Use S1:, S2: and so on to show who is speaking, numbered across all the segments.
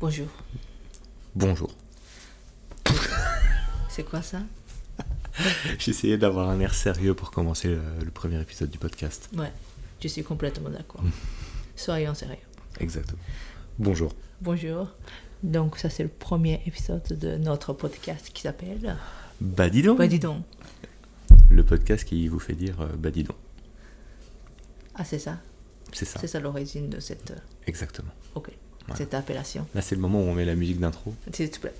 S1: Bonjour.
S2: Bonjour.
S1: C'est quoi ça
S2: J'essayais d'avoir un air sérieux pour commencer le, le premier épisode du podcast.
S1: Ouais, je suis complètement d'accord. Soyons sérieux.
S2: Exactement. Bonjour.
S1: Bonjour. Donc ça c'est le premier épisode de notre podcast qui s'appelle
S2: Bah dis donc
S1: Bah dis donc.
S2: Le podcast qui vous fait dire euh, bah dis donc.
S1: Ah c'est ça
S2: C'est ça.
S1: C'est ça l'origine de cette euh,
S2: Exactement.
S1: OK,
S2: Voilà.
S1: cette appellation.
S2: Là c'est le moment où on met la musique d'intro.
S1: S'il te plaît.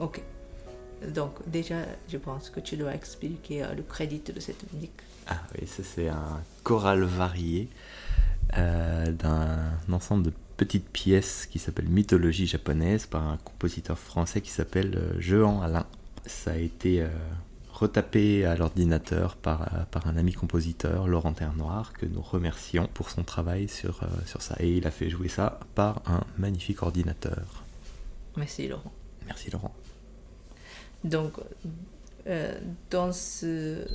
S1: OK. Donc déjà, je pense que tu dois expliquer euh, le crédit de cette musique.
S2: Ah oui, ça c'est un choral varié euh, d'un ensemble de petites pièces qui s'appelle Mythologie japonaise par un compositeur français qui s'appelle euh, Jehan Alain. Ça a été euh, retapé à l'ordinateur par, euh, par un ami compositeur, Laurent Ternoir, que nous remercions pour son travail sur, euh, sur ça. Et il a fait jouer ça par un magnifique ordinateur.
S1: Merci Laurent.
S2: Merci Laurent.
S1: Donc, euh, dans ce.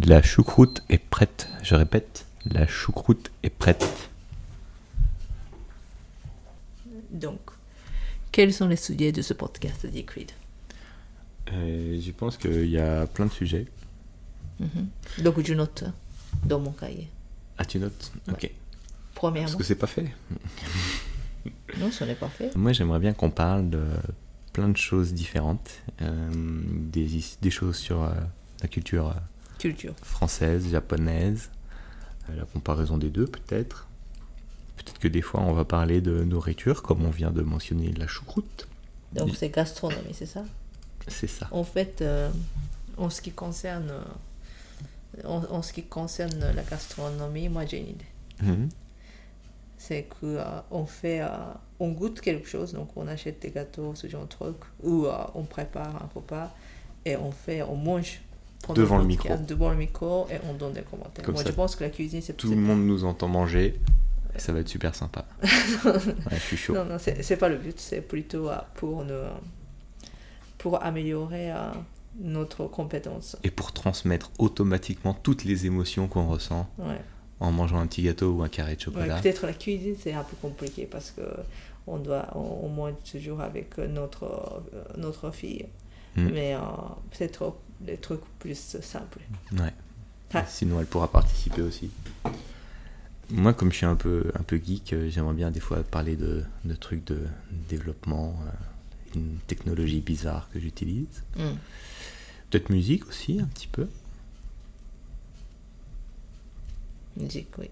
S2: La choucroute est prête, je répète, la choucroute est prête.
S1: Donc, quels sont les sujets de ce podcast Decreed
S2: Euh, je pense qu'il y a plein de sujets.
S1: Donc, je note dans mon cahier.
S2: Ah, tu notes Ok. Parce
S1: Premièrement,
S2: que c'est pas fait.
S1: non, ce n'est pas fait.
S2: Moi, j'aimerais bien qu'on parle de plein de choses différentes. euh, des, is- des choses sur euh, la culture euh,
S1: Culture.
S2: française, japonaise. euh, la comparaison des deux, peut-être. Peut-être que des fois, on va parler de nourriture, comme on vient de mentionner la choucroute.
S1: Donc,
S2: Oui.
S1: c'est gastronomie, c'est ça
S2: C'est ça.
S1: En fait, euh, en ce qui concerne. euh, En, en ce qui concerne la gastronomie, moi j'ai une idée.
S2: Mhm.
S1: C'est qu'on fait, euh, on goûte quelque chose, donc on achète des gâteaux, ce genre de truc, ou euh, on prépare un repas et on fait, on mange pendant
S2: Devant le
S1: podcast,
S2: micro.
S1: devant le micro et on donne des commentaires.
S2: Comme
S1: Moi,
S2: ça,
S1: je pense que la cuisine, c'est
S2: Tout le monde nous entend manger. Ça va être super sympa. Ouais, je suis chaud.
S1: Non, non, c'est c'est pas le but, c'est plutôt euh, pour, nous, euh, pour améliorer euh, notre compétence.
S2: Et pour transmettre automatiquement toutes les émotions qu'on ressent
S1: Ouais.
S2: en mangeant un petit gâteau ou un carré de
S1: Ouais,
S2: chocolat.
S1: Peut-être la cuisine, c'est un peu compliqué parce que on doit, on, on mange toujours avec notre, euh, notre fille,
S2: Mm.
S1: mais euh, peut-être des trucs plus simples.
S2: Ouais.
S1: Ah.
S2: Sinon, elle pourra participer aussi. Moi, comme je suis un peu, un peu geek, euh, j'aimerais bien des fois parler de, de trucs de développement, euh, une technologie bizarre que j'utilise.
S1: Mm.
S2: Peut-être musique aussi, un petit peu.
S1: Musique, oui.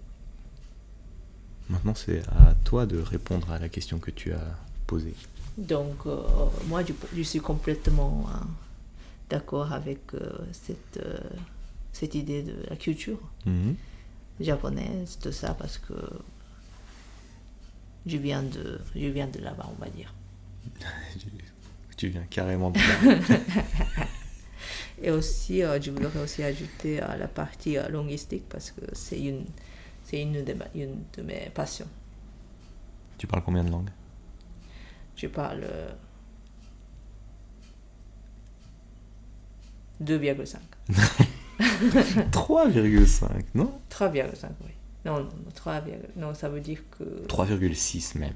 S2: Maintenant, c'est à toi de répondre à la question que tu as posée.
S1: Donc, euh, moi, je, je suis complètement euh, d'accord avec euh, cette, euh, cette idée de la culture
S2: Mhm.
S1: japonaise, tout ça, parce que je viens de, je viens de là-bas, on va dire.
S2: tu viens carrément de là.
S1: Et aussi, euh, je voudrais aussi ajouter à la partie euh, linguistique parce que c'est une, c'est une, de ma- une de mes passions.
S2: tu parles combien de langues
S1: Je parle euh, 2,5.
S2: 3,5, non
S1: 3,5, oui. Non, non, non, 3, non, ça veut dire que.
S2: 3,6 même.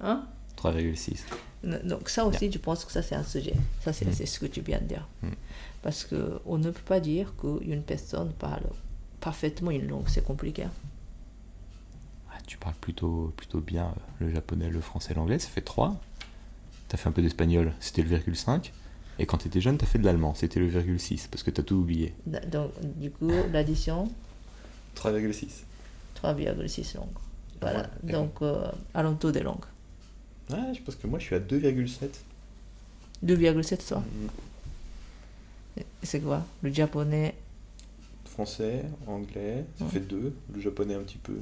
S1: Hein?
S2: 3,6.
S1: Non, Donc, ça aussi, je pense que ça, c'est un sujet. Ça, c'est
S2: Mm.
S1: c'est ce que tu viens de dire. Parce qu'on ne peut pas dire qu'une personne parle parfaitement une langue, c'est compliqué. hein.
S2: Ah, tu parles plutôt, plutôt bien euh, le japonais, le français, l'anglais, ça fait 3. T'as fait un peu d'espagnol, c'était le virgule 5. Et quand t'étais jeune, t'as fait de l'allemand, c'était le virgule 6, parce que t'as tout oublié.
S1: Donc, du coup, l'addition.
S2: 3,6.
S1: 3,6 langues. Voilà,
S2: Ouais, et
S1: donc euh, alentour des langues.
S2: Ah, je pense que moi je suis à 2,7.
S1: 2,7 toi.
S2: Mm.
S1: C'est quoi Le japonais
S2: Français, anglais,
S1: ça Ouais. fait
S2: 2. Le japonais un petit peu,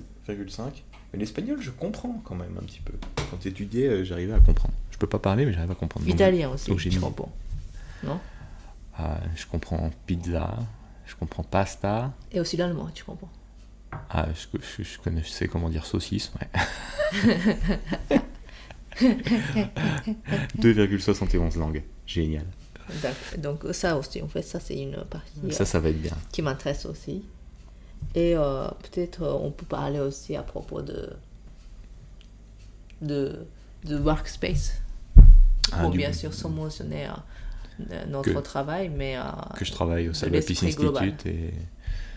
S2: 5. Mais l'espagnol, je comprends quand même un petit peu. Quand t'étudiais, euh, j'arrivais à comprendre. Je peux pas parler, mais j'arrive à comprendre. Donc,
S1: Italien aussi,
S2: donc j'ai
S1: je
S2: mis-
S1: comprends. Non
S2: ah, je comprends pizza, je comprends pasta.
S1: Et aussi l'allemand, tu comprends.
S2: Ah, je, je- je connais, je sais comment dire saucisse, ouais. 2,71 langues. Génial.
S1: D'ac- Donc ça aussi, en fait, ça c'est une partie
S2: Ça,
S1: euh,
S2: ça va être bien.
S1: qui m'intéresse aussi. Et euh, peut-être euh, on peut parler aussi à propos de de, de workspace.
S2: Ah,
S1: bon,
S2: du-
S1: bien sûr, sans mentionner euh, notre
S2: Que-
S1: travail, mais euh,
S2: Que je travaille au Salon
S1: de l'esprit
S2: Peace Institute et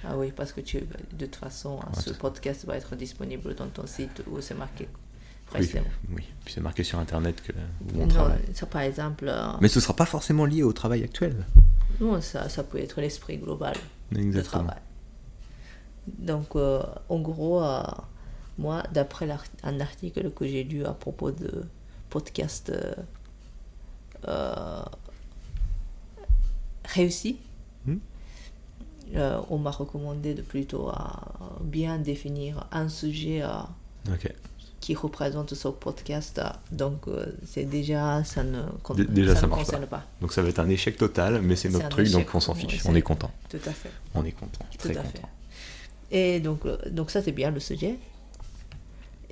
S1: ah oui, parce que tu, de toute façon, hein, ce
S2: tout-
S1: podcast va être disponible dans ton site où c'est marqué.
S2: oui,
S1: précisément.
S2: oui. Puis c'est marqué sur internet que où on
S1: Non,
S2: travaille.
S1: ça par exemple, euh,
S2: Mais ce sera pas forcément lié au travail actuel.
S1: non, ça, ça peut être l'esprit global. de
S2: Exactement.
S1: travail. Donc, euh, en gros, euh, moi, d'après l'art- un article que j'ai lu à propos de podcast euh, euh, réussi,
S2: Hmm.
S1: euh, on m'a recommandé de plutôt à bien définir un sujet euh,
S2: Ok.
S1: qui représente ce podcast. euh, donc, euh, c'est déjà, ça ne, con-
S2: Dé- déjà, ça
S1: ne
S2: marche
S1: concerne pas.
S2: Donc ça va être un échec total, mais c'est
S1: C'est
S2: notre
S1: un
S2: truc,
S1: échec,
S2: donc on s'en
S1: oui,
S2: fiche.
S1: c'est-
S2: On est content.
S1: Tout à fait.
S2: On est content.
S1: Tout
S2: Très
S1: à
S2: content.
S1: fait. Et donc, euh, donc ça, c'est bien le sujet.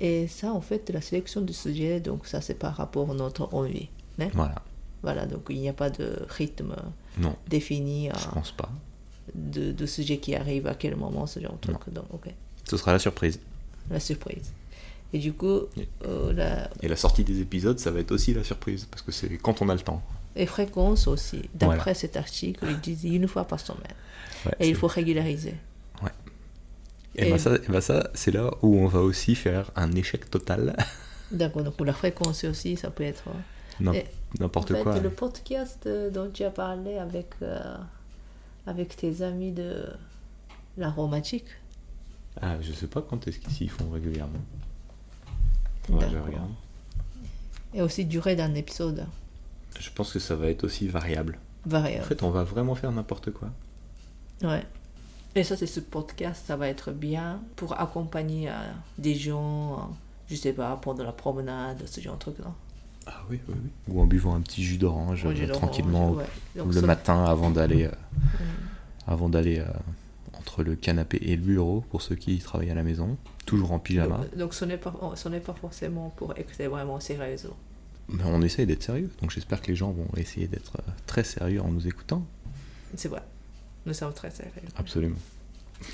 S1: Et ça, en fait, la sélection du sujet, donc ça, c'est par rapport à notre envie. hein.
S2: Voilà.
S1: Voilà, donc il n'y a pas de rythme
S2: Non,
S1: défini euh,
S2: je pense pas.
S1: de, de sujet qui arrive à quel moment, ce genre de truc. Donc, ok,
S2: Ce sera la surprise.
S1: la surprise. Et du coup,
S2: Oui.
S1: euh, la
S2: Et la sortie des épisodes, ça va être aussi la surprise, parce que c'est quand on a le temps.
S1: et fréquence aussi, d'après
S2: Voilà.
S1: cet article, ils disent une fois par semaine.
S2: Ouais,
S1: Et il
S2: c'est-
S1: faut régulariser.
S2: Ouais. Et, bah ça, eh ben ça, c'est là où on va aussi faire un échec total.
S1: D'accord, donc la fréquence aussi, ça peut être... euh,
S2: N'im-
S1: Et-
S2: N'importe
S1: En fait,
S2: quoi.
S1: le podcast euh, dont tu as parlé avec, euh, avec tes amis de l'aromatique.
S2: Ah, je sais pas quand est-ce qu'ils font régulièrement. Ouais, je
S1: D'accord.
S2: regarde.
S1: Et aussi durée d'un épisode
S2: Je pense que ça va être aussi variable. En
S1: variable.
S2: fait, on va vraiment faire n'importe quoi.
S1: Ouais. Et ça, c'est ce podcast, ça va être bien pour accompagner euh, des gens, euh, je sais pas, pendant la promenade, ce genre de truc, non
S2: Ah oui, oui, oui. Ou en buvant un petit jus d'orange
S1: Ou j'ai
S2: euh,
S1: l'orange,
S2: tranquillement
S1: ouais. Donc
S2: le
S1: ça-
S2: matin avant d'aller euh, avant d'aller euh, entre le canapé et le bureau pour ceux qui travaillent à la maison, toujours en pyjama.
S1: Donc, donc ce n'est pas, oh, ce n'est pas forcément pour écouter vraiment sérieusement.
S2: Mais on essaye d'être sérieux, donc j'espère que les gens vont essayer d'être euh, très sérieux en nous écoutant.
S1: C'est vrai. Nous sommes très sérieux.
S2: Absolument.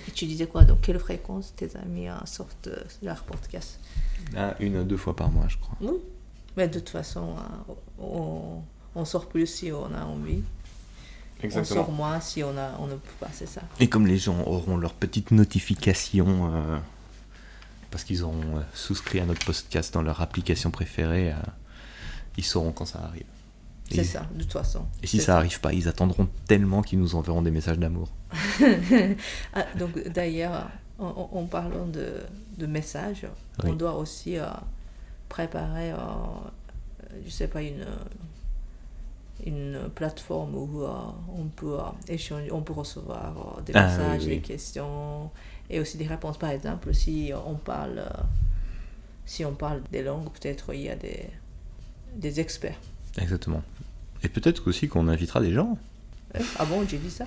S1: Et tu disais quoi Donc, quelle fréquence tes amis euh, sortent euh, leur podcast
S2: Ah, une à deux fois par mois, je crois.
S1: Oui. Mais de toute façon, hein, on, on sort plus si on a envie. On sort moins si on, a, on ne peut pas, c'est ça.
S2: Et comme les gens auront leur petite notification euh, parce qu'ils auront euh, souscrit à notre podcast dans leur application préférée, euh, ils sauront quand ça arrive. Et
S1: C'est
S2: ils-
S1: ça, de toute façon.
S2: Et si
S1: C'est
S2: ça arrive pas, ils attendront tellement qu'ils nous enverront des messages d'amour.
S1: Ah, donc d'ailleurs, en, en- en parlant de, de messages,
S2: Oui.
S1: on doit aussi euh, préparer, euh, je sais pas, une, une plateforme où euh, on peut euh, échanger, on peut recevoir euh, des
S2: Ah, oui,
S1: messages,
S2: oui.
S1: des questions et aussi des réponses. Par exemple, si on parle, euh, si on parle des langues, peut-être il y a des, des experts.
S2: Exactement. Et peut-être aussi qu'on invitera des gens.
S1: Eh, Ah bon, j'ai dit ça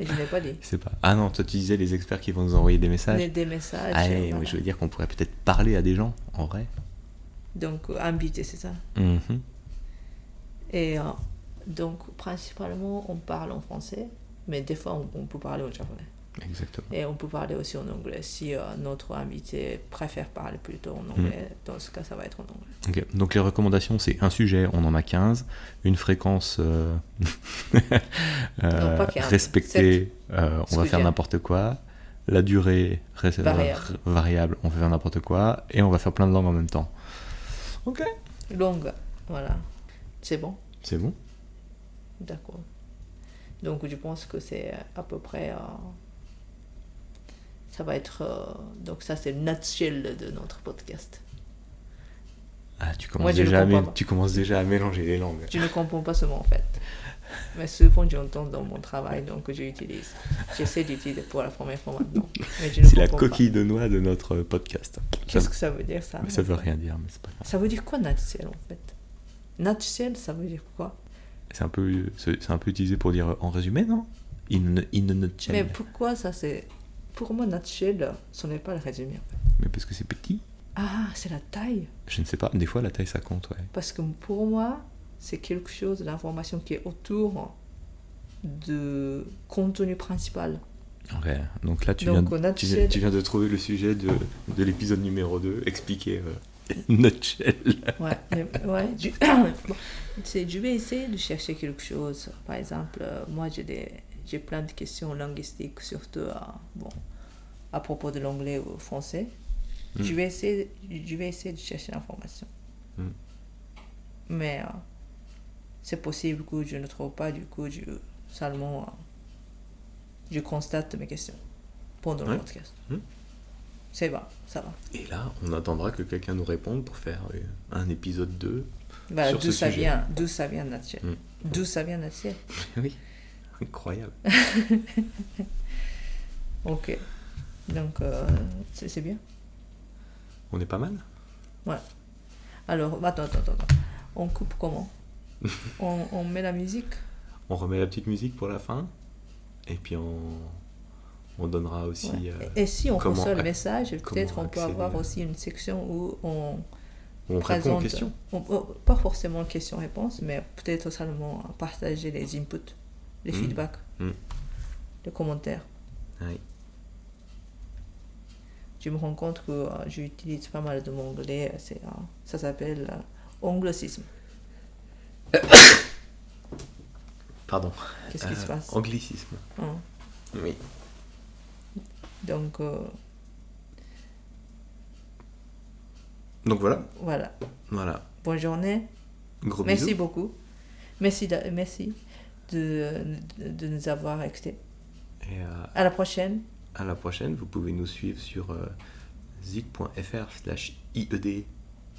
S1: Et Je n'ai pas dit.
S2: Je sais pas. Ah non, toi tu disais les experts qui vont nous envoyer des messages.
S1: Des des messages.
S2: Ah ouais,
S1: euh,
S2: oui,
S1: voilà.
S2: je veux dire qu'on pourrait peut-être parler à des gens en vrai.
S1: Donc, euh, invité, c'est ça
S2: Mhm.
S1: Et euh, donc, principalement, on parle en français, mais des fois, on, on peut parler en japonais.
S2: Exactement.
S1: Et on peut parler aussi en anglais. Si euh, notre invité préfère parler plutôt en anglais, dans ce cas, ça va être en anglais.
S2: Ok. Donc les recommandations, c'est un sujet, on en a 15, une fréquence euh, euh,
S1: pas 15,
S2: respectée, euh, on va
S1: Excusez.
S2: faire n'importe quoi. La durée res-
S1: Variable.
S2: euh, variable, on va faire n'importe quoi. Et on va faire plein de langues en même temps. Ok.
S1: Longue, voilà. C'est bon
S2: C'est bon
S1: D'accord. Donc, je pense que c'est à peu près. euh, ça va être. euh, donc, ça, c'est le nutshell de notre podcast.
S2: Ah, tu commences,
S1: Moi, je le
S2: déjà à
S1: comprends
S2: mé-
S1: pas.
S2: tu commences déjà à mélanger les langues.
S1: Je ne comprends pas ce mot en fait. Mais souvent, j'entends dans mon travail, donc je l'utilise. J'essaie d'utiliser pour la première fois maintenant. Mais je ne
S2: C'est la
S1: comprends pas.
S2: coquille de noix de notre podcast. Ça,
S1: Qu'est-ce que ça veut dire ça
S2: mais ça veut rien dire, mais c'est pas grave.
S1: Ça veut dire quoi, nutshell en fait Nutshell, ça veut dire quoi
S2: C'est un, peu- c'est c'est un peu utilisé pour dire euh, en résumé, non In, in a nutshell.
S1: Mais
S2: Mais,
S1: pourquoi ça c'est. Pour moi, nutshell, ce n'est pas le résumé en fait.
S2: parce que c'est petit
S1: Ah, c'est la taille
S2: Je ne sais pas, des fois la taille ça compte, ouais.
S1: Parce que pour moi, c'est quelque chose, l'information qui est autour du contenu principal.
S2: Ouais, donc là, tu,
S1: Donc,
S2: viens,
S1: on a
S2: tu,
S1: Shell.
S2: viens, tu viens de trouver le sujet de, de l'épisode numéro 2, expliquer euh, Nutshell.
S1: Ouais, mais- ouais, du- Bon, c'est- je vais essayer de chercher quelque chose. Par exemple, euh, moi j'ai des, j'ai plein de questions linguistiques, surtout à, bon, à propos de l'anglais ou français.
S2: Mm.
S1: Je vais essayer, je vais essayer de chercher l'information.
S2: Mm.
S1: Mais euh, c'est possible que je ne trouve pas. Du coup, je seulement euh, je constate mes questions pendant
S2: Ouais.
S1: le podcast.
S2: Mm.
S1: C'est va, ça va.
S2: Et là, on attendra que quelqu'un nous réponde pour faire euh, un épisode 2.
S1: Voilà,
S2: Sur
S1: Bah, d'où
S2: ce
S1: ça
S2: sujet.
S1: vient, d'où ça vient Nathiel.
S2: Mm.
S1: D'où ça vient Nathiel.
S2: oui, incroyable.
S1: Ok. Donc, euh, c'est c'est bien.
S2: On est pas mal
S1: Alors, bah, attends, attends, attends. On coupe comment on, on met la musique
S2: On remet la petite musique pour la fin. Et puis on, on donnera aussi.
S1: Ouais.
S2: euh,
S1: Et et si on
S2: comment
S1: reçoit le
S2: ac-
S1: message, peut-être
S2: comment
S1: on peut avoir
S2: accéder euh, à-
S1: aussi une section où on
S2: on répond aux
S1: présente.
S2: questions.
S1: on- on- pas forcément question-réponse, mais peut-être seulement partager les inputs, les
S2: Mm.
S1: feedbacks,
S2: Mm.
S1: les commentaires.
S2: Ouais.
S1: Je me rends compte que euh, j'utilise pas mal de mon anglais. c'est, euh, ça s'appelle euh, anglicisme.
S2: Pardon.
S1: Qu'est-ce qui se
S2: Euh,
S1: passe
S2: Anglicisme.
S1: Hein
S2: Oui.
S1: Donc, euh,
S2: Donc voilà.
S1: voilà.
S2: Voilà.
S1: Bonne journée.
S2: Gros
S1: Merci
S2: bisous.
S1: beaucoup. Merci, d'a- merci de, de, de nous avoir écoutés.
S2: Et euh,
S1: À la prochaine.
S2: à la prochaine. Vous pouvez nous suivre sur euh, zig.fr slash ied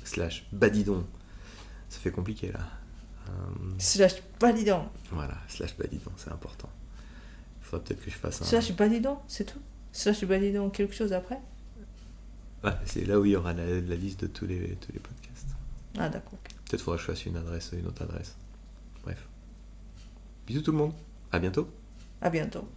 S2: slash badidon. Ça fait compliqué là. Euh,
S1: Slash validant.
S2: voilà, slash badidon, c'est important. Il faudra peut-être que je fasse un.
S1: Slash validant, c'est tout. Slash validant, quelque chose après
S2: Ouais, c'est là où il y aura la, la liste de tous les, tous les podcasts.
S1: Ah, d'accord. ok.
S2: Peut-être faudra que je fasse une adresse, une autre adresse. Bref. Bisous tout le monde. À bientôt.
S1: À bientôt.